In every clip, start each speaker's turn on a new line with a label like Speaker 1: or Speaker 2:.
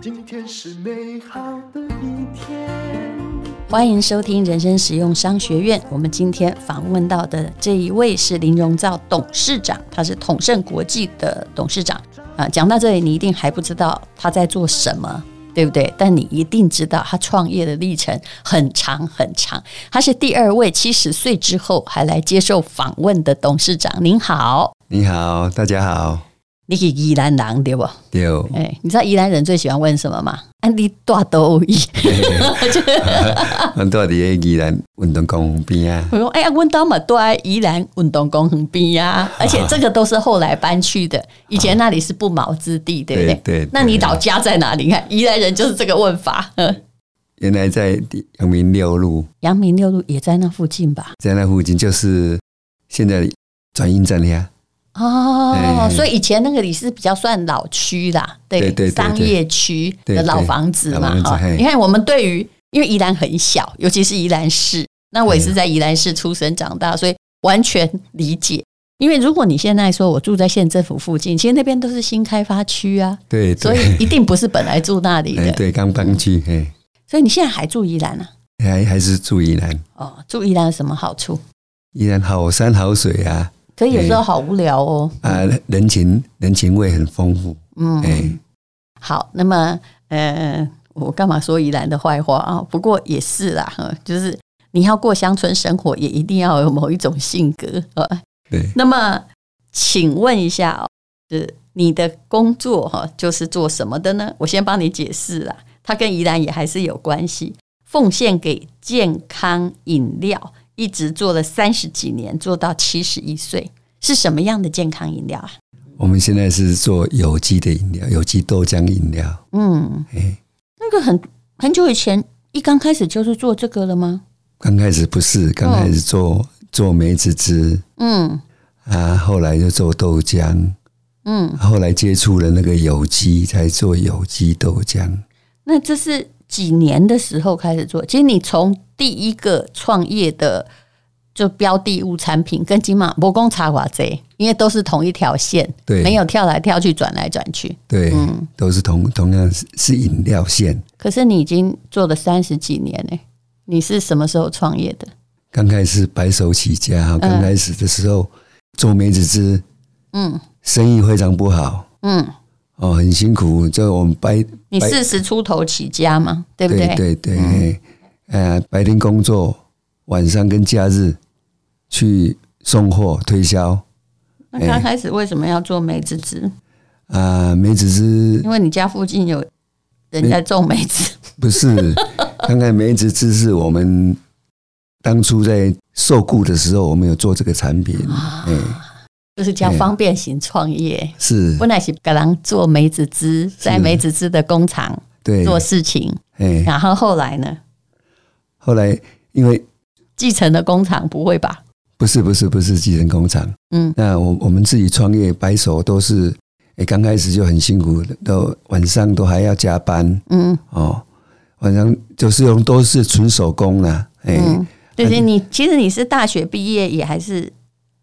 Speaker 1: 今天是美好的一天。
Speaker 2: 欢迎收听人生实用商学院。我们今天访问到的这一位是林荣造董事长，他是统盛国际的董事长。啊，讲到这里，你一定还不知道他在做什么，对不对？但你一定知道他创业的历程很长很长。他是第二位七十岁之后还来接受访问的董事长。您好，
Speaker 3: 你好，大家好。
Speaker 2: 你是宜兰人对不？
Speaker 3: 六，
Speaker 2: 哎，你知道宜兰人最喜欢问什么吗？安迪大都伊，
Speaker 3: 我住伫宜兰运动公园边啊。
Speaker 2: 我说：“哎、呀，温刀嘛都在宜兰运动公园边
Speaker 3: 啊
Speaker 2: 呀，而且这个都是后来搬去的，以前那里是不毛之地，对不对？
Speaker 3: 对对
Speaker 2: 那你老家在哪里？你看宜兰人就是这个问法。嗯，
Speaker 3: 原来在阳明六路，
Speaker 2: 阳明六路也在那附近吧？
Speaker 3: 在那附近就是现在转运站呀。
Speaker 2: 哦，
Speaker 3: 哎
Speaker 2: 所以以前那个里是比较算老区啦，对，
Speaker 3: 对对对
Speaker 2: 商业区的老房子嘛
Speaker 3: 对对老房子
Speaker 2: 哈。
Speaker 3: 嘿
Speaker 2: 你看我们对于因为宜兰很小，尤其是宜兰市，那我也是在宜兰市出生长大，所以完全理解。因为如果你现在说我住在县政府附近，其实那边都是新开发区啊，
Speaker 3: 对
Speaker 2: 所以
Speaker 3: 对，
Speaker 2: 一定不是本来住那 里
Speaker 3: 哎
Speaker 2: 的。
Speaker 3: 对，刚搬去，嘿，
Speaker 2: 所以你现在还住宜兰啊？
Speaker 3: 还还是住宜兰，
Speaker 2: 哦，住宜兰有什么好处？
Speaker 3: 宜兰好山好水啊，
Speaker 2: 可以有时候好无聊哦。
Speaker 3: 啊，
Speaker 1: 嗯
Speaker 3: 人情人情味很丰富。
Speaker 2: 嗯，
Speaker 3: 哎，
Speaker 2: 好，那么呃，我干嘛说宜兰的坏话啊？不过也是啦，哈，就是你要过乡村生活，也一定要有某一种性格啊。
Speaker 3: 对，
Speaker 2: 那么，请问一下哦，就是你的工作哈、就是做什么的呢？我先帮你解释啦，它跟宜兰也还是有关系，奉献给健康饮料，一直做了三十几年，做到七十一岁。是什么样的健康饮料啊？
Speaker 3: 我们现在是做有机的饮料，有机豆浆饮料。
Speaker 2: 嗯，
Speaker 3: 哎，
Speaker 2: 那个很很久以前，一刚开始就是做这个了吗？
Speaker 3: 刚开始不是，刚开始做
Speaker 2: 哦
Speaker 3: 做梅子汁
Speaker 2: 嗯
Speaker 3: 啊，后来就做豆浆。
Speaker 2: 嗯，
Speaker 3: 后来接触了那个有机，才做有机豆浆。
Speaker 2: 那这是几年的时候开始做？其实你从第一个创业的就标的物产品跟金马魔工茶瓦贼，因为都是同一条线，
Speaker 3: 对
Speaker 2: 没有嗯跳来跳去、转来转去。
Speaker 3: 对，都是同同样是是饮料线。
Speaker 2: 可是你已经做了三十几年呢、你是什么时候创业的？
Speaker 3: 刚开始白手起家哈，刚开始的时候、做梅子汁，
Speaker 2: 嗯
Speaker 3: 生意非常不好
Speaker 2: 嗯，
Speaker 3: 哦，很辛苦。就我们白
Speaker 2: 你
Speaker 3: 白
Speaker 2: 四十出头起家嘛，对不对？嗯
Speaker 3: 对对对，嘿呃，白天工作，晚上跟假日去送货推销
Speaker 2: 那刚开始为什么要做梅子汁？
Speaker 3: 啊、梅子汁
Speaker 2: 因为你家附近有人
Speaker 3: 嗯
Speaker 2: 在种梅子。
Speaker 3: 不是，看看梅子汁是我们当初在受雇的时候，我们有做这个产品，哎、
Speaker 2: 就是叫
Speaker 3: 嗯
Speaker 2: 方便型创业。
Speaker 3: 是，
Speaker 2: 本来是给人做梅子汁，在梅子汁的工厂
Speaker 3: 对，
Speaker 2: 做事情，
Speaker 3: 哎、
Speaker 2: 然后后来呢，
Speaker 3: 后来因为
Speaker 2: 继承了工厂，不会吧？
Speaker 3: 不是不是不是继承工厂，
Speaker 2: 嗯
Speaker 3: 那我我们自己创业，白手都是，哎、刚开始就很辛苦，到晚上都还要加班
Speaker 2: 嗯
Speaker 3: 哦，晚上就是用都是纯手工啦、哎、
Speaker 2: 嗯，就是你，其实你是大学毕业，也还是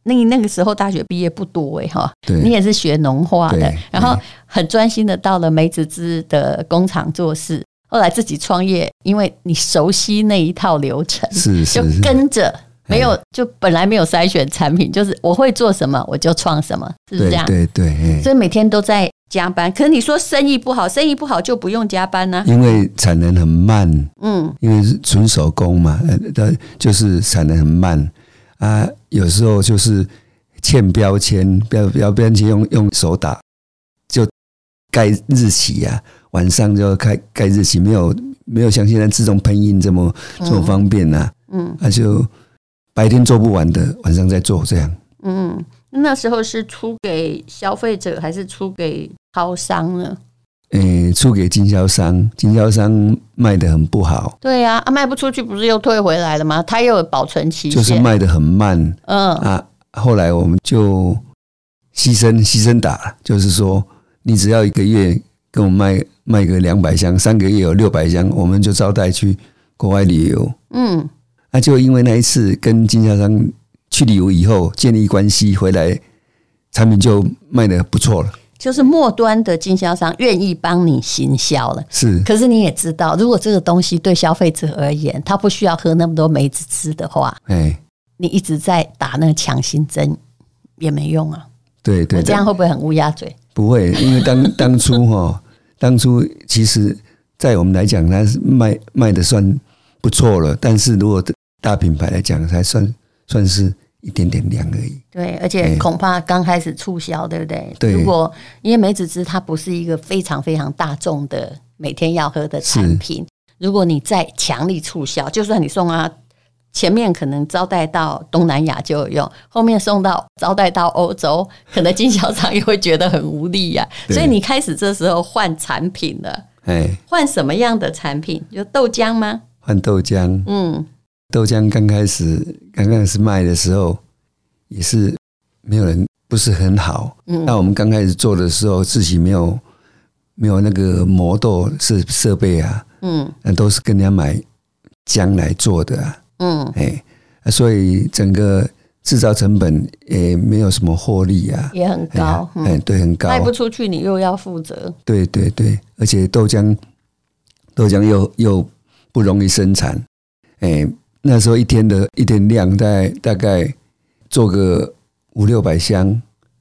Speaker 2: 那你那个时候大学毕业不多哎哈，
Speaker 3: 对
Speaker 2: 你也是学农化的
Speaker 3: 对，嗯
Speaker 2: 然后很专心的到了梅子汁的工厂做事，后来自己创业，因为你熟悉那一套流程，
Speaker 3: 是
Speaker 2: 就是
Speaker 3: 是，嗯
Speaker 2: 跟着，没有就本来没有筛选产品，就是我会做什么我就创什么，是不是
Speaker 3: 对
Speaker 2: 这样？
Speaker 3: 对对，哎、
Speaker 2: 所以每天都在加班。可是你说生意不好，生意不好就不用加班呢、
Speaker 3: 因为产能很慢。
Speaker 2: 嗯
Speaker 3: 因为是纯手工嘛，呃，它就是产能很慢啊，有时候就是欠标签，标标标签用用手打，就盖日期呀、晚上就要盖盖日期，没有没有像现在自动喷印这么这么方便呐、啊，
Speaker 2: 嗯
Speaker 3: 那、就白天做不完的，晚上再做这样。
Speaker 2: 嗯，那时候是出给消费者还是出给超商呢？
Speaker 3: 诶、出给经销商，经销商卖的很不好，
Speaker 2: 对呀、啊，卖不出去不是又退回来了吗？它又有保存期
Speaker 3: 就
Speaker 2: 限，
Speaker 3: 是卖的很慢，
Speaker 2: 嗯
Speaker 3: 啊，后来我们就牺牲牺牲打了，就是说你只要一个月给我卖卖个两百箱，三个月有六百箱，我们就招待去国外旅游。啊
Speaker 2: 嗯
Speaker 3: 那、就因为那一次跟经销商去旅游以后建立关系，回来产品就卖的不错了。
Speaker 2: 就是末端的经销商愿意帮你行销了。
Speaker 3: 是，
Speaker 2: 可是你也知道，如果这个东西对消费者而言，他不需要喝那么多梅子汁的话，
Speaker 3: 哎，
Speaker 2: 你一直在打那个强心针也没用啊。
Speaker 3: 对对
Speaker 2: 我这
Speaker 3: 对，
Speaker 2: 样会不会很乌鸦嘴？
Speaker 3: 不会，因为当当初哈，当初其实，在我们来讲，它是卖卖的算不错了，但是如果大品牌来讲，才算算是一点点凉而已。
Speaker 2: 对，而且
Speaker 3: 哎
Speaker 2: 恐怕刚开始促销，对不对？
Speaker 3: 对
Speaker 2: 如果因为梅子汁它不是一个非常非常大众的每天要喝的产品，如果你再强力促销，就算你送啊，前面可能招待到东南亚就有用，后面送到招待到欧洲，可能经销商也会觉得很无力呀、
Speaker 3: 对
Speaker 2: 所以你开始这时候换产品了，
Speaker 3: 哎，
Speaker 2: 换什么样的产品？就豆浆吗？
Speaker 3: 换豆浆，
Speaker 2: 嗯，
Speaker 3: 豆浆刚开始刚开始卖的时候，也是没有人不是很好。
Speaker 2: 嗯
Speaker 3: 那我们刚开始做的时候，自己没有没有那个磨豆设设备啊，
Speaker 2: 嗯
Speaker 3: 那都是跟人家买浆来做的啊，
Speaker 2: 嗯
Speaker 3: 哎，啊所以整个制造成本也没有什么获利啊，
Speaker 2: 也很
Speaker 3: 哎呀
Speaker 2: 高，
Speaker 3: 哎，
Speaker 2: 嗯，
Speaker 3: 对，很高
Speaker 2: 卖，不出去你又要负责，
Speaker 3: 对对对，而且豆浆豆浆又又不容易生产，哎，那时候一天的一天量大概大概做个五六百箱，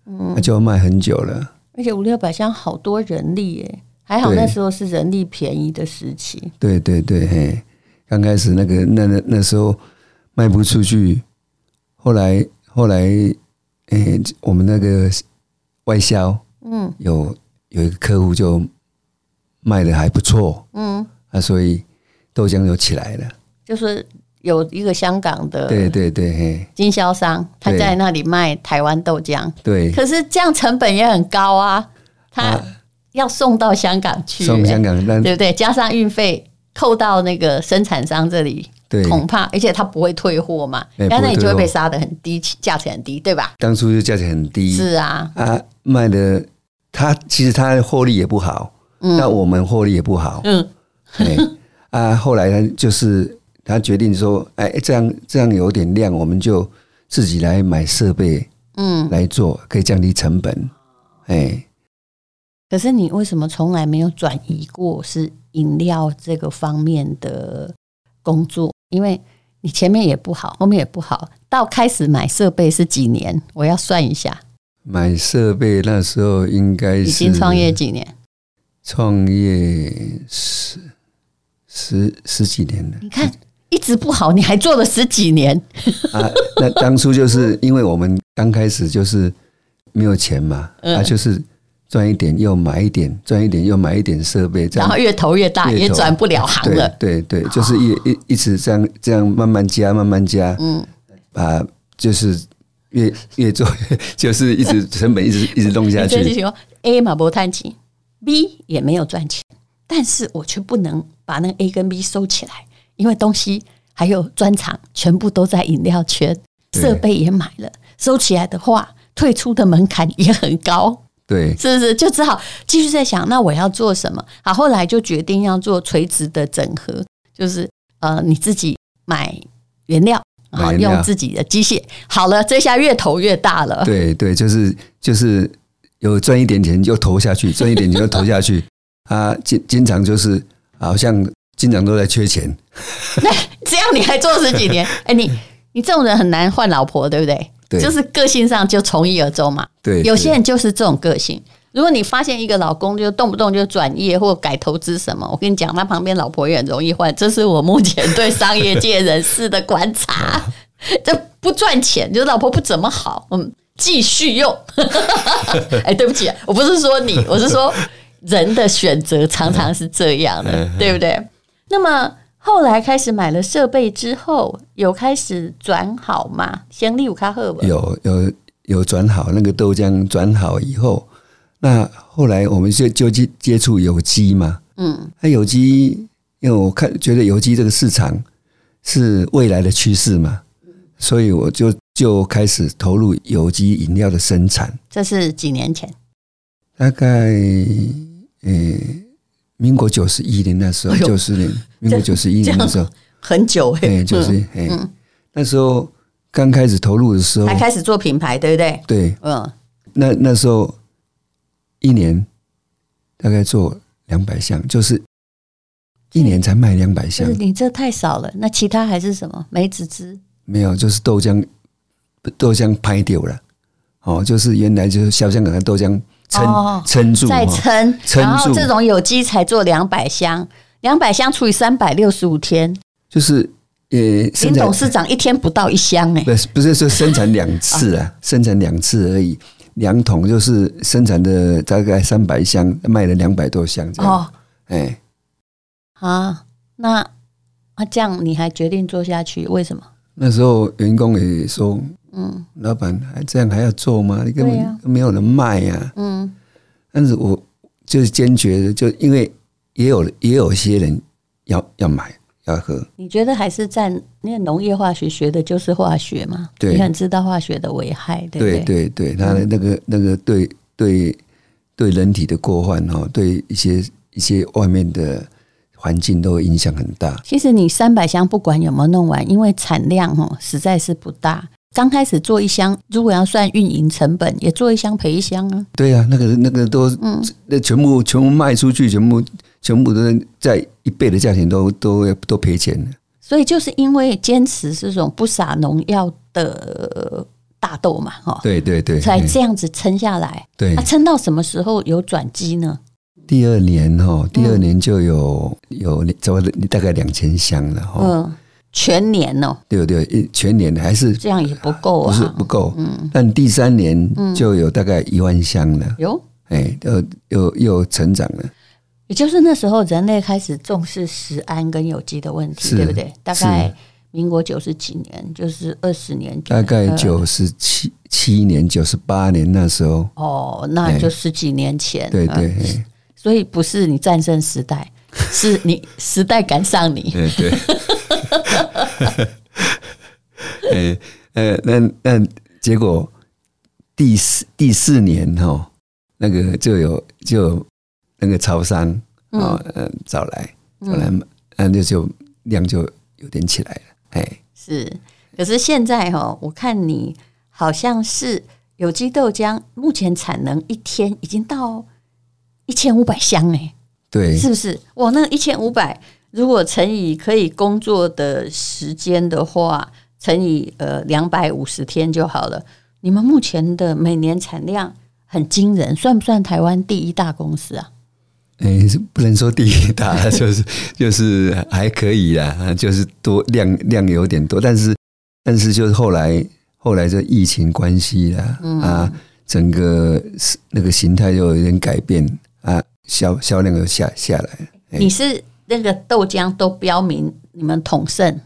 Speaker 2: 嗯
Speaker 3: 那就要卖很久了。
Speaker 2: 而且五六百箱好多人力耶，还好
Speaker 3: 对
Speaker 2: 那时候是人力便宜的时期。
Speaker 3: 对对对，嘿，刚开始那个那那那时候卖不出去，后来后来，哎，我们那个外销
Speaker 2: 嗯
Speaker 3: 有有一个客户就卖的还不错
Speaker 2: 嗯，
Speaker 3: 啊，所以豆浆就起来了。
Speaker 2: 就是有一个香港
Speaker 3: 对
Speaker 2: 的
Speaker 3: 对对，嘿，
Speaker 2: 经销商，他
Speaker 3: 对
Speaker 2: 在那里卖台湾豆浆，
Speaker 3: 对，
Speaker 2: 可是这样成本也很高啊，他
Speaker 3: 啊
Speaker 2: 要送到香港去耶，
Speaker 3: 送香港，但
Speaker 2: 对不对？加上运费扣到那个生产商这里，
Speaker 3: 对，
Speaker 2: 恐怕而且他不会退货嘛，
Speaker 3: 哎
Speaker 2: 那
Speaker 3: 不会
Speaker 2: 你就
Speaker 3: 退
Speaker 2: 会
Speaker 3: 货
Speaker 2: 被杀的很低，价钱很低，对吧？
Speaker 3: 当初就价钱很低，
Speaker 2: 是啊，
Speaker 3: 啊，卖的他其实他的获利也不好，那我们获利也不好，
Speaker 2: 嗯，
Speaker 3: 哎， 啊，后来他就是他决定说，哎，这样这样有点量，我们就自己来买设备，
Speaker 2: 嗯，
Speaker 3: 来做，可以降低成本，哎，
Speaker 2: 可是你为什么从来没有转移过是饮料这个方面的工作？因为你前面也不好，后面也不好，到开始买设备是几年？我要算一下，
Speaker 3: 买设备那时候应该是
Speaker 2: 已经创业几年？
Speaker 3: 创业十十十几年了。
Speaker 2: 你看一直不好，你还做了十几年，
Speaker 3: 啊，那当初就是因为我们刚开始就是没有钱嘛，
Speaker 2: 嗯
Speaker 3: 啊，就是赚一点又买一点，赚一点又买一点设备，这
Speaker 2: 然
Speaker 3: 样
Speaker 2: 后越投越大，
Speaker 3: 越投
Speaker 2: 也转不了行
Speaker 3: 对
Speaker 2: 了。
Speaker 3: 对对，就是一一一直这样这样慢慢加，慢慢加，
Speaker 2: 嗯，
Speaker 3: 啊，就是越越做 就是一直成本一 直一直弄下
Speaker 2: 你就是
Speaker 3: 去，
Speaker 2: 说 A 嘛不赚钱，B 也没有赚钱，但是我却不能把那个 A 跟 B 收起来，因为东西还有专场全部都在饮料圈，
Speaker 3: 对
Speaker 2: 设备也买了，收起来的话，退出的门槛也很高，
Speaker 3: 对
Speaker 2: 是不是？就只好继续在想，那我要做什么？好，后来就决定要做垂直的整合，就是呃，你自己买原料。啊，
Speaker 3: 买原料
Speaker 2: 用自己的机械，好了，这下越投越大了。
Speaker 3: 对对，就是就是有赚一点钱就投下去，赚一点钱就投下去， 啊，经经常就是好像经常都在缺钱。
Speaker 2: 那这样你还做十几年？哎、你你这种人很难换老婆，对不对？
Speaker 3: 对
Speaker 2: 就是个性上就从一而终嘛。
Speaker 3: 对
Speaker 2: 有些
Speaker 3: 对
Speaker 2: 人就是这种个性。如果你发现一个老公就动不动就转业或改投资什么，我跟你讲，他旁边老婆也很容易换。这是我目前对商业界人士的 观察。这不赚钱，就是老婆不怎么好，嗯，继续用。 哎，对不起，我不是说 你，我是说人的选择常常是这样
Speaker 3: 嗯
Speaker 2: 的，对不对？那么后来开始买了设备之后，有开始转好吗？先利五卡赫本，
Speaker 3: 有有有转好那个豆浆转好以后，那后来我们就就接接触有机嘛，
Speaker 2: 嗯，
Speaker 3: 那有机，因为我看觉得有机这个市场是未来的趋势嘛，所以我就就开始投入有机饮料的生产，
Speaker 2: 这是几年前，
Speaker 3: 大概呃、民国九十一年那时候，
Speaker 2: 哎呦
Speaker 3: 九十年，民国九十一
Speaker 2: 这
Speaker 3: 年
Speaker 2: 样
Speaker 3: 那时候，
Speaker 2: 很久哎、
Speaker 3: 哎，九十
Speaker 2: 嗯
Speaker 3: 一，哎，那时候刚开始投入的时候
Speaker 2: 才，开始做品牌，对不对？
Speaker 3: 对，
Speaker 2: 嗯，
Speaker 3: 那那时候一年大概做两百箱，就是一年才卖两百
Speaker 2: 就
Speaker 3: 箱
Speaker 2: 是，你这太少了。那其他还是什么梅子汁？
Speaker 3: 没有，就是豆浆豆浆拍掉了，哦，就是原来就是小香港的豆浆撑、
Speaker 2: 哦
Speaker 3: 撑住
Speaker 2: 再
Speaker 3: 哦
Speaker 2: 称，
Speaker 3: 撑
Speaker 2: 然后
Speaker 3: 住
Speaker 2: 这种有机才做两百箱，两百箱除以三百六十五天，
Speaker 3: 就是呃生产
Speaker 2: 林董事长一天不到一箱哎、
Speaker 3: 不是不是说生产两次 啊，生产两次而已，两桶就是生产的大概三百箱，卖了两百多箱这样，
Speaker 2: 哦
Speaker 3: 哎、
Speaker 2: 啊，那啊这样你还决定做下去？为什么？
Speaker 3: 那时候员工也说，
Speaker 2: 嗯
Speaker 3: 老板还这样还要做吗？你根
Speaker 2: 对啊
Speaker 3: 本没有人卖呀、啊。
Speaker 2: 嗯
Speaker 3: 但是我就是坚决的，就因为也有也有些人要要买要喝，
Speaker 2: 你觉得还是占那个农业化学学的就是化学嘛？
Speaker 3: 对
Speaker 2: 你很知道化学的危害，对不嗯
Speaker 3: 对对对，他的那个那个对对对人体的过患哈，对一些一些外面的环境都影响很大。
Speaker 2: 其实你三百箱不管有没有弄完，因为产量哦实在是不大。刚开始做一箱，如果要算运营成本，也做一箱赔一箱啊。
Speaker 3: 对呀、啊，那个那个都
Speaker 2: 嗯，
Speaker 3: 那全部全部卖出去，全部全部都在一倍的价钱都都都赔钱了。
Speaker 2: 所以就是因为坚持这种不撒农药的大豆嘛，哈，
Speaker 3: 对对对，
Speaker 2: 才
Speaker 3: 嗯
Speaker 2: 这样子撑下来。
Speaker 3: 对
Speaker 2: 啊，。撑到什么时候有转机呢？
Speaker 3: 第二年哈，第
Speaker 2: 嗯
Speaker 3: 二年就有有差不多大概两千箱了哈，
Speaker 2: 嗯，全年哦，
Speaker 3: 对对，一全年还是
Speaker 2: 这样也不够
Speaker 3: 不是
Speaker 2: 啊。
Speaker 3: 不够，
Speaker 2: 嗯，
Speaker 3: 但第三年就有大概一万箱了，
Speaker 2: 有，
Speaker 3: 哎，又又又成长了，
Speaker 2: 也就是那时候人类开始重视食安跟有机的问题，
Speaker 3: 是
Speaker 2: 对不对？大概
Speaker 3: 是
Speaker 2: 民国九十几年，就是二十年
Speaker 3: 大
Speaker 2: 前，
Speaker 3: 概
Speaker 2: 呃
Speaker 3: 九十七七年、九十八年那时候，
Speaker 2: 哦，那就十几年前，
Speaker 3: 对
Speaker 2: 呃
Speaker 3: 对哎
Speaker 2: 所以不是你战胜时代， 是你时代赶上你。
Speaker 3: 对对， 哎呃，那那结果第四第四年哈，那个就有就有那个超商啊、
Speaker 2: 嗯
Speaker 3: 哦呃找来
Speaker 2: 嗯
Speaker 3: 找来，那、那就量就有点起来了，哎，
Speaker 2: 是，可是现在哈、哦，我看你好像是有机豆浆，目前产能一天已经到一千五百箱哎，
Speaker 3: 对，
Speaker 2: 是不是？哇，那一千五百如果乘以可以工作的时间的话，乘以呃两百五十天就好了。你们目前的每年产量很惊人，算不算台湾第一大公司啊？
Speaker 3: 哎、是不能说第一大，就是 就是还可以啦，啊就是多量量有点多，但是但是就是后来后来这疫情关系啦，
Speaker 2: 嗯
Speaker 3: 啊，整个是那个形态就有点改变啊，销销量又下下来了，哎
Speaker 2: 你是那个豆浆都标明你们统胜，你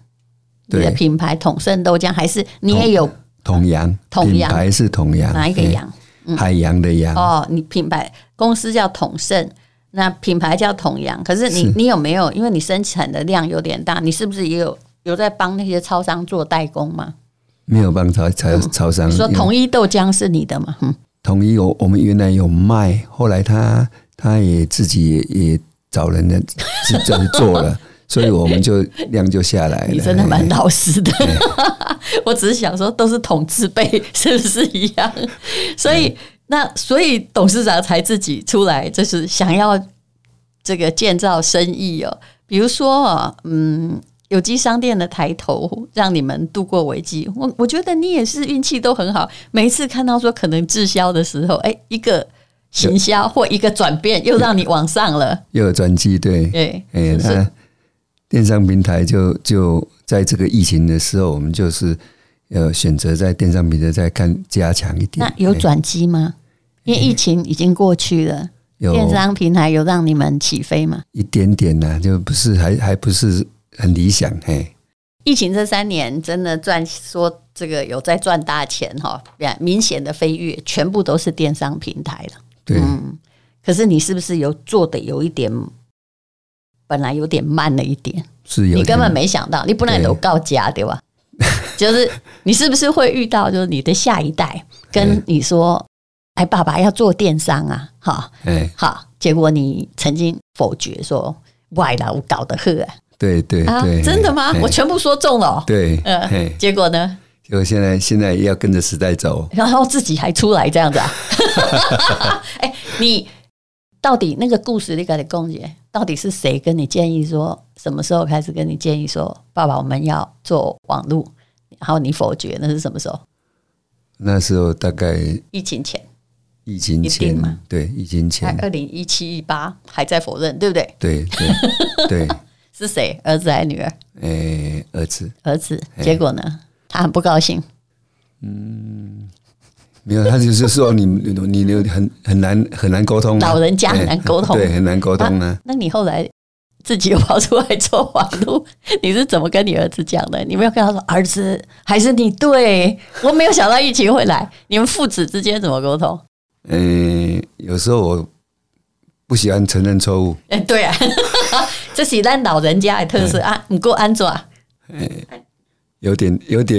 Speaker 3: 对
Speaker 2: 的品牌统胜豆浆，还是你也有
Speaker 3: 统阳
Speaker 2: 统
Speaker 3: 品
Speaker 2: 阳
Speaker 3: 牌是统阳，
Speaker 2: 哪一个
Speaker 3: 哎
Speaker 2: 羊？
Speaker 3: 海洋的洋，
Speaker 2: 哦，你品牌公司叫统胜，那品牌叫统阳。可是你你有没有？因为你生产的量有点大，你是不是也有有在帮那些超商做代工吗？
Speaker 3: 没有帮超超超商
Speaker 2: 嗯你说
Speaker 3: 因为
Speaker 2: 统一豆浆是你的吗？嗯，
Speaker 3: 统一有我们原来有卖，后来他他也自己也也找人来自己做了， 所以我们就量就下来了。
Speaker 2: 你真的蛮
Speaker 3: 哎
Speaker 2: 老实的。 我只是想说，都是统字辈，是不是一样？所以那所以董事长才自己出来，就是想要这个建造生意哦。比如说哦，嗯，有机商店的抬头让你们度过危机。我我觉得你也是运气都很好，每一次看到说可能滞销的时候，哎，一个行销或一个转变，又让你往上了。
Speaker 3: 又有转机，对，
Speaker 2: 对，
Speaker 3: 哎，
Speaker 2: 是不是
Speaker 3: 那电商平台就就在这个疫情的时候，我们就是呃选择在电商平台再看加强一点。
Speaker 2: 那有
Speaker 3: 哎
Speaker 2: 转机吗？因为疫情已经过去了，电
Speaker 3: 有
Speaker 2: 商平台有让你们起飞吗？
Speaker 3: 一点点呐、就不是还还不是很理想，嘿，
Speaker 2: 疫情这三年真的赚，说这个有在赚大钱哈，明显的飞跃，全部都是电商平台了。
Speaker 3: 对，
Speaker 2: 嗯，可是你是不是有做的有一点，本来有点慢了一点，
Speaker 3: 是有
Speaker 2: 你根
Speaker 3: 点
Speaker 2: 本没想到，你本来有告假 对吧？就是你是不是会遇到，就是你的下一代跟
Speaker 3: 对
Speaker 2: 你说，哎，爸爸要做电商啊，哈，
Speaker 3: 哎，
Speaker 2: 好，结果你曾经否决说外啦，我搞得喝啊
Speaker 3: 对对
Speaker 2: 啊
Speaker 3: 对，
Speaker 2: 真的吗
Speaker 3: 哎？
Speaker 2: 我全部说中了哦、
Speaker 3: 对，
Speaker 2: 呃
Speaker 3: 哎，
Speaker 2: 结果呢？
Speaker 3: 结果现在现在要跟着时代走，
Speaker 2: 然后自己还出来这 样子啊？哎、你到底那个故事你给你共解，到底是谁跟你建议说什么时候开始跟你建议说，爸爸我们要做网络？然后你否决，那是什么时候？
Speaker 3: 那时候大概
Speaker 2: 疫情前，
Speaker 3: 疫情
Speaker 2: 一
Speaker 3: 前
Speaker 2: 定嘛，哎呃
Speaker 3: 对，疫情
Speaker 2: 在
Speaker 3: 前，
Speaker 2: 二零一七一八还在否认，对不对？
Speaker 3: 对 对对，
Speaker 2: 是谁？儿子还是女儿？
Speaker 3: 诶、儿子
Speaker 2: 儿子。结果呢？他很不高兴。
Speaker 3: 没有，他就是说你你你很很难很难沟通啊、
Speaker 2: 老人家很
Speaker 3: 哎
Speaker 2: 难沟通
Speaker 3: 对，很难沟通啊。
Speaker 2: 那你后来自己又跑出来做网路，你是怎么跟你儿子讲的？你没有跟他说儿子，还是你对我没有想到疫情会来， 你们父子之间怎么沟通？
Speaker 3: 嗯，有时候我不喜欢承认错误，
Speaker 2: 哎、对啊， 这是咱老人家的特色啊。你过安怎？
Speaker 3: 有点有点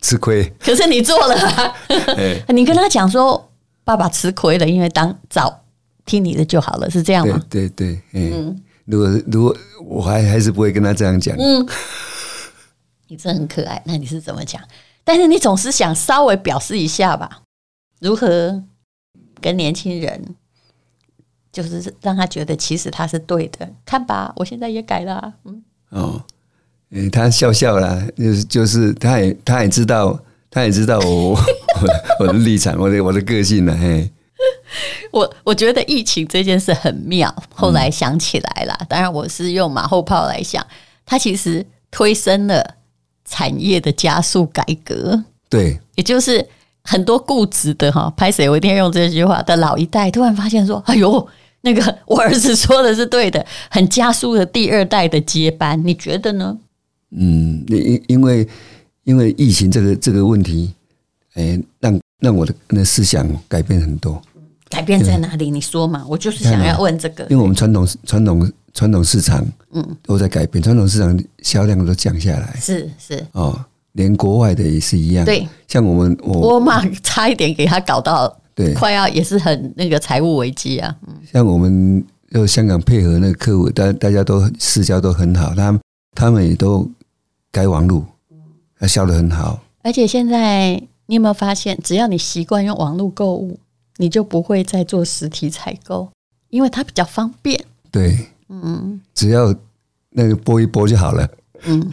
Speaker 3: 吃 亏。
Speaker 2: 可是你做了、啊，
Speaker 3: 哎，
Speaker 2: 你跟他讲说爸爸吃亏了，因为当早听你的就好了，是嗯这样
Speaker 3: 对
Speaker 2: 吗？
Speaker 3: 对对，哎，如果如果我还还是不会跟他这样讲，
Speaker 2: 嗯 你真很可爱。那你是怎么讲？但是你总是想稍微表示一下吧，如何跟年轻人，就是让他觉得其实他是对的。看吧，我现在也改了啊、嗯，
Speaker 3: 哦，诶，他笑笑啦，就是就是，他也他也知道，他也知道我我的我的立场，我的我的个性了，嘿，
Speaker 2: 我我觉得疫情这件事很妙。后来想起来了，当然我是用马后炮来想，它其实推升了产业的加速改革。
Speaker 3: 对，
Speaker 2: 也就是很多固执的哈，拍谁我一定要用这句话的老一代，突然发现说，哎呦，那个我儿子说的是对的，很加速了第二代的接班，你觉得呢？
Speaker 3: 嗯，因因为因为疫情这个这个问题，诶，让让我的那思想改变很多，
Speaker 2: 改变在哪里？你说嘛，我就是想要问这个
Speaker 3: 因。为我们传统传统传统市场，嗯，都在改变，传统市场销量都降下来
Speaker 2: 是是，
Speaker 3: 哦，连国外的也是一样，
Speaker 2: 对，
Speaker 3: 像我们我
Speaker 2: 沃尔玛差一点给他搞到
Speaker 3: 对，
Speaker 2: 快要也是很那个财务危机啊。嗯
Speaker 3: 像我们就香港配合那个客户，大大家都私交都很好，他们他们也都改网路，他销得很好，
Speaker 2: 而且现在你有没有发现，只要你习惯用网络购物，你就不会再做实体采购，因为它比较方便。
Speaker 3: 对，
Speaker 2: 嗯。
Speaker 3: 只要那个播一播就好了，
Speaker 2: 嗯，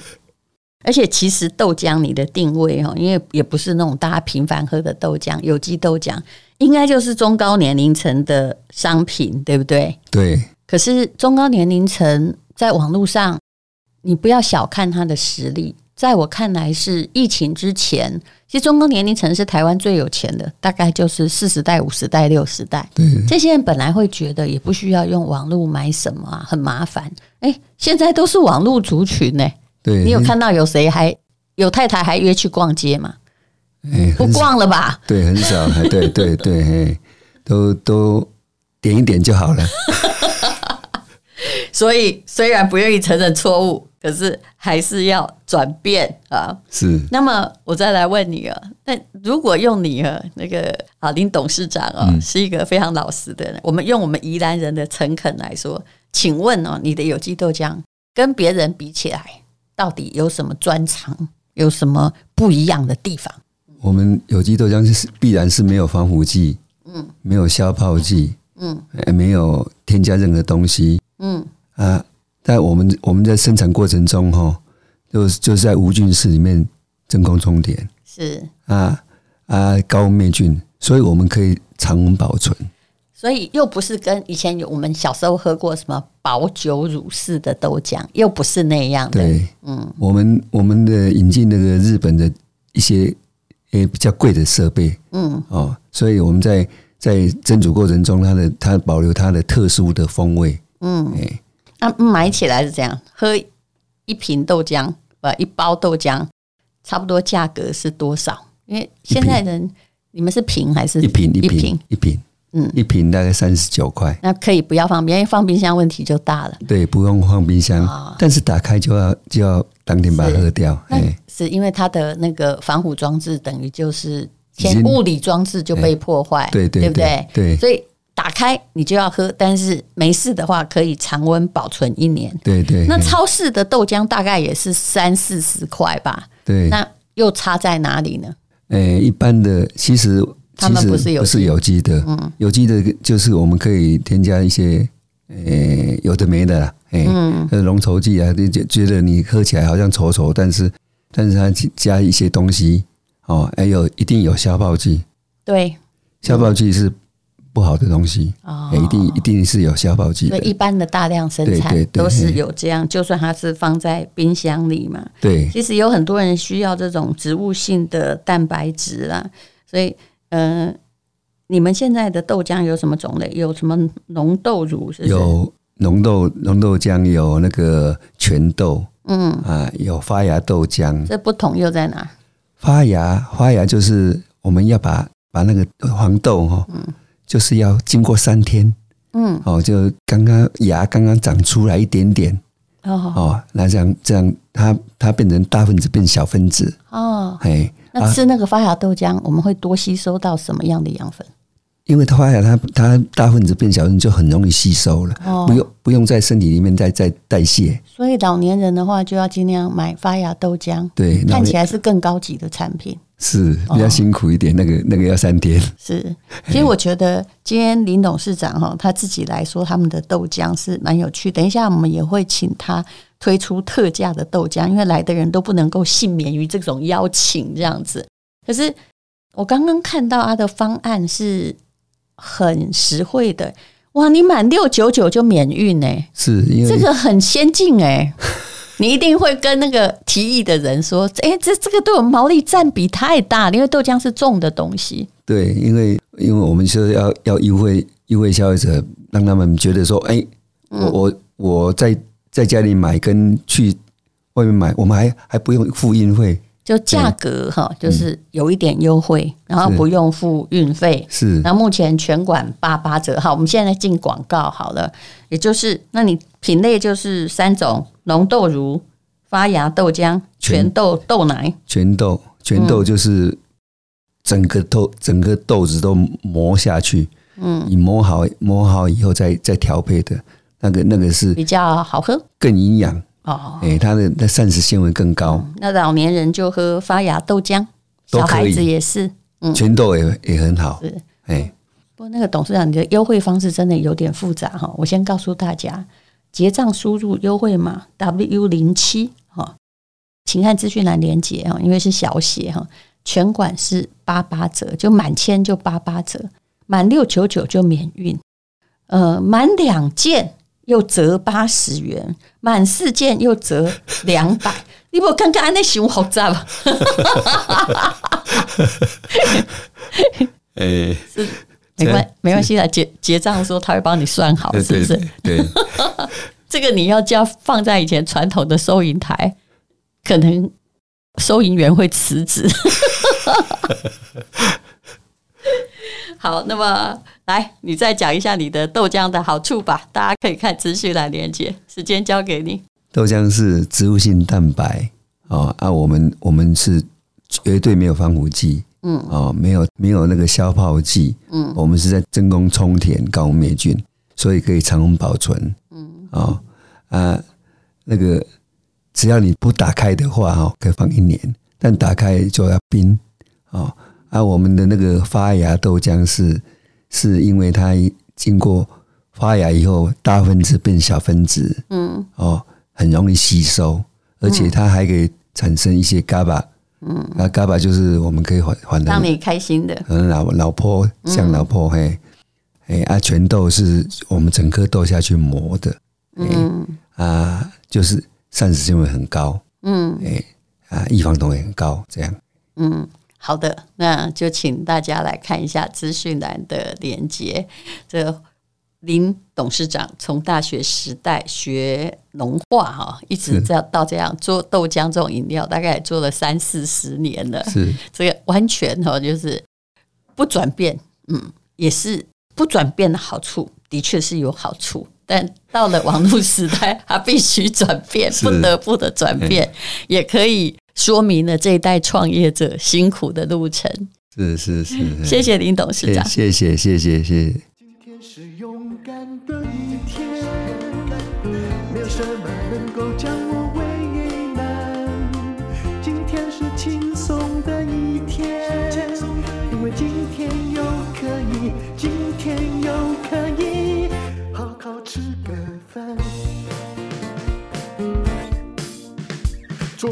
Speaker 2: 而且其实豆浆你的定位哦，因为也不是那种大家频繁喝的豆浆，有机豆浆应该就是中高年龄层的商品，对不对？
Speaker 3: 对，
Speaker 2: 可是中高年龄层在网络上，你不要小看它的实力。在我看来，是疫情之前，其实中高年龄层是台湾最有钱的，大概就是四十代、五十代、六十代。
Speaker 3: 对
Speaker 2: 这些人本来会觉得也不需要用网络买什么啊，很麻烦。哎，现在都是网络族群呢、
Speaker 3: 对，
Speaker 2: 你有看到有谁还有太太还约去逛街吗？
Speaker 3: 哎
Speaker 2: 不
Speaker 3: 很少
Speaker 2: 逛了吧？
Speaker 3: 对，很少，哎对对对，嘿，都都点一点就好了，
Speaker 2: 所以虽然不愿意承认错误，可是还是要转变啊。
Speaker 3: 是，
Speaker 2: 那么我再来问你啊，那如果用你啊那个啊林董事长啊、是一个非常老实的人，我们用我们宜兰人的诚恳来说，请问哦，你的有机豆浆跟别人比起来，到底有什么专长，有什么不一样的地方？
Speaker 3: 我们有机豆浆是必然是没有防腐剂，嗯，没有消泡剂，
Speaker 2: 嗯
Speaker 3: 哎，没有添加任何东西，
Speaker 2: 嗯，
Speaker 3: 啊，在我们我们在生产过程中哈、就是就是在无菌室里面真空充填
Speaker 2: 是。
Speaker 3: 啊啊高温灭菌，所以我们可以常温保存。
Speaker 2: 所以又不是跟以前有我们小时候喝过什么薄酒乳式的豆浆，又不是那样的。
Speaker 3: 对，
Speaker 2: 嗯，
Speaker 3: 我们我们的引进那个日本的一些诶比较贵的设备
Speaker 2: 嗯，
Speaker 3: 哦，所以我们在在蒸煮过程中，它的它保留它的特殊的风味。
Speaker 2: 嗯
Speaker 3: 哎，
Speaker 2: 那、买起来是这样，喝一瓶豆浆，呃，一包豆浆，差不多价格是多少？因为现在人你们是瓶还是
Speaker 3: 一瓶一
Speaker 2: 一
Speaker 3: 瓶
Speaker 2: 瓶？
Speaker 3: 一瓶，
Speaker 2: 嗯
Speaker 3: 一瓶大概三十九块。
Speaker 2: 那可以不要放冰箱，因为放冰箱问题就大了。
Speaker 3: 对，不用放冰箱，但是打开就要就要当天把它
Speaker 2: 哦是
Speaker 3: 喝掉。
Speaker 2: 那
Speaker 3: 哎，
Speaker 2: 是因为它的那个防腐装置，等于就是
Speaker 3: 已
Speaker 2: 天
Speaker 3: 经哎
Speaker 2: 物理装置就被破坏，
Speaker 3: 对对
Speaker 2: 对不对？
Speaker 3: 对
Speaker 2: 所以打开你就要喝，但是没事的话可以常温保存一年。
Speaker 3: 对对，
Speaker 2: 那
Speaker 3: 嘿
Speaker 2: 超市的豆浆大概也是三四十块吧，
Speaker 3: 对
Speaker 2: 那又差在哪里呢？
Speaker 3: 诶，一般的其实
Speaker 2: 他
Speaker 3: 其
Speaker 2: 们
Speaker 3: 实
Speaker 2: 不是有机
Speaker 3: 不是有机的，
Speaker 2: 嗯
Speaker 3: 有机的就是我们可以添加一些诶有的没的啦，诶，
Speaker 2: 嗯
Speaker 3: 呃浓稠剂啊，就觉觉得你喝起来好像稠稠，但是但是它加一些东西哦，还有一定有消泡
Speaker 2: 嗯
Speaker 3: 剂，
Speaker 2: 对
Speaker 3: 消泡剂是不好的东西，
Speaker 2: 哦
Speaker 3: 诶一定一定是有消泡剂
Speaker 2: 所
Speaker 3: 的
Speaker 2: 以，一般的大量生
Speaker 3: 对
Speaker 2: 产
Speaker 3: 对对
Speaker 2: 都是
Speaker 3: 嘿
Speaker 2: 有这样，就算它是放在冰箱里嘛，
Speaker 3: 对
Speaker 2: 其实有很多人需要这种植物性的蛋白质啦，所以嗯、呃你们现在的豆浆有什么种类？有什么浓豆乳是不是？，
Speaker 3: 有浓豆浓豆浆，有那个全豆
Speaker 2: 嗯，
Speaker 3: 啊，有发芽豆浆，
Speaker 2: 这不同又在哪？
Speaker 3: 发芽，发芽就是我们要把把那个黄豆哈、哦，就是要经过三天
Speaker 2: 嗯，
Speaker 3: 哦，就刚刚芽刚刚长出来一点点
Speaker 2: 哦
Speaker 3: 哦，那这样这样它它变成大分子变小分子，
Speaker 2: 哦，
Speaker 3: 哎，
Speaker 2: 那吃那个发芽豆浆，我们会多吸收到什么样的养分？
Speaker 3: 因为它发芽它它大分子变小分子就很容易吸收了，
Speaker 2: 哦
Speaker 3: 不用不用在身体里面再再代谢，
Speaker 2: 所以老年人的话，就要尽量买发芽豆浆，
Speaker 3: 对，那
Speaker 2: 看
Speaker 3: 我
Speaker 2: 起来是更高级的产品。
Speaker 3: 是比
Speaker 2: 哦
Speaker 3: 较辛苦一点，那个那个要三天，
Speaker 2: 是，其实我觉得今天林董事长哈他自己来说，他们的豆浆是蛮有趣。等一下我们也会请他推出特价的豆浆，因为来的人都不能够幸免于这种邀请这样子。可是我刚刚看到他的方案是很实惠的，哇，你满六九九就免运哎、
Speaker 3: 是因为
Speaker 2: 这个很先进哎、你一定会跟那个提议的人说，哎、这这个对我们毛利占比太大了，因为豆浆是重的东西。
Speaker 3: 对，因为因为我们就是要要优惠优惠消费者，让他们觉得说，哎、
Speaker 2: 嗯
Speaker 3: 我我我在在家里买跟去外面买，我们还还不用付运费，
Speaker 2: 就价格哈，就是有一点优惠，然后
Speaker 3: 是
Speaker 2: 不用付运费。
Speaker 3: 是
Speaker 2: 然后目前全馆八八折，好，我们现在进广告好了，也就是那你品类就是三种：浓豆乳、发芽豆浆、
Speaker 3: 全
Speaker 2: 全豆豆奶。
Speaker 3: 全豆全
Speaker 2: 嗯
Speaker 3: 豆就是整个豆整个豆子都磨下去，嗯，你磨好磨好以后再再调配的那个那个是
Speaker 2: 比较好喝
Speaker 3: 更营养，
Speaker 2: 哦。
Speaker 3: 哎、它的它膳食纤维更高，
Speaker 2: 那老年人就喝发芽豆浆，
Speaker 3: 都
Speaker 2: 小
Speaker 3: 可
Speaker 2: 孩
Speaker 3: 以
Speaker 2: 子也是。
Speaker 3: 全豆也也很好
Speaker 2: 是，
Speaker 3: 哎、
Speaker 2: 不过那个董事长，你的优惠方式真的有点复杂哈。我先告诉大家，结账输入优惠码 W 零七哈，请看资讯栏连接哈，因为是小写哈，全馆是八八折，就满千就八八折，满六九九就免运，呃，满两件又折八十元，满四件又折两百。你不刚刚那想复杂吧？
Speaker 3: 哎、
Speaker 2: 是没关没关系的，结结账的时候他会帮你算好，
Speaker 3: 对
Speaker 2: 是
Speaker 3: 对
Speaker 2: 不是？
Speaker 3: 对。对
Speaker 2: 这个你要叫放在以前传统的收银台，可能收银员会辞 职。好，那么来，你再讲一下你的豆浆的好处吧。大家可以看资讯来连接，时间交给你。
Speaker 3: 豆浆是植物性蛋白哦，啊，我们我们是绝对没有防腐剂，嗯，哦，没有没有那个消泡剂，嗯，我们是在真空充填高灭菌，所以可以常温保存，嗯，哦啊，那个只要你不打开的话，哦，可以放一年，但打开就要冰，哦，啊，我们的那个发芽豆浆是是因为它经过发芽以后，大分子变小分子，
Speaker 2: 嗯，
Speaker 3: 哦，很容易吸收，而且它还可以产生一些 GABA，嗯，那 GABA 就是我们可以缓缓
Speaker 2: 让
Speaker 3: 的，
Speaker 2: 你开心的。
Speaker 3: 可能老老婆像老婆、嘿，哎啊，全豆是我们整颗豆下去磨的，
Speaker 2: 嗯
Speaker 3: 啊，就是膳食纤维很高
Speaker 2: 嗯
Speaker 3: 啊，异黄酮也很高，这样
Speaker 2: 嗯，好的，那就请大家来看一下资讯栏的连接。这林董事长从大学时代学农化哈，一直
Speaker 3: 是
Speaker 2: 到到这样做豆浆这种饮料，大概也做了三四十年了。
Speaker 3: 是
Speaker 2: 这个完全哈就是不转变，嗯，也是不转变的好处，的确是有好处。但到了网络时代，它必须转变，
Speaker 3: 是
Speaker 2: 不得不的转变，也可以说明了这一代创业者辛苦的路程。
Speaker 3: 是是是，
Speaker 2: 谢谢林董事
Speaker 3: 谢
Speaker 2: 长。
Speaker 3: 谢谢谢谢谢。
Speaker 1: 今天是勇敢的一天，没有什么能够将我为难。今天是轻松做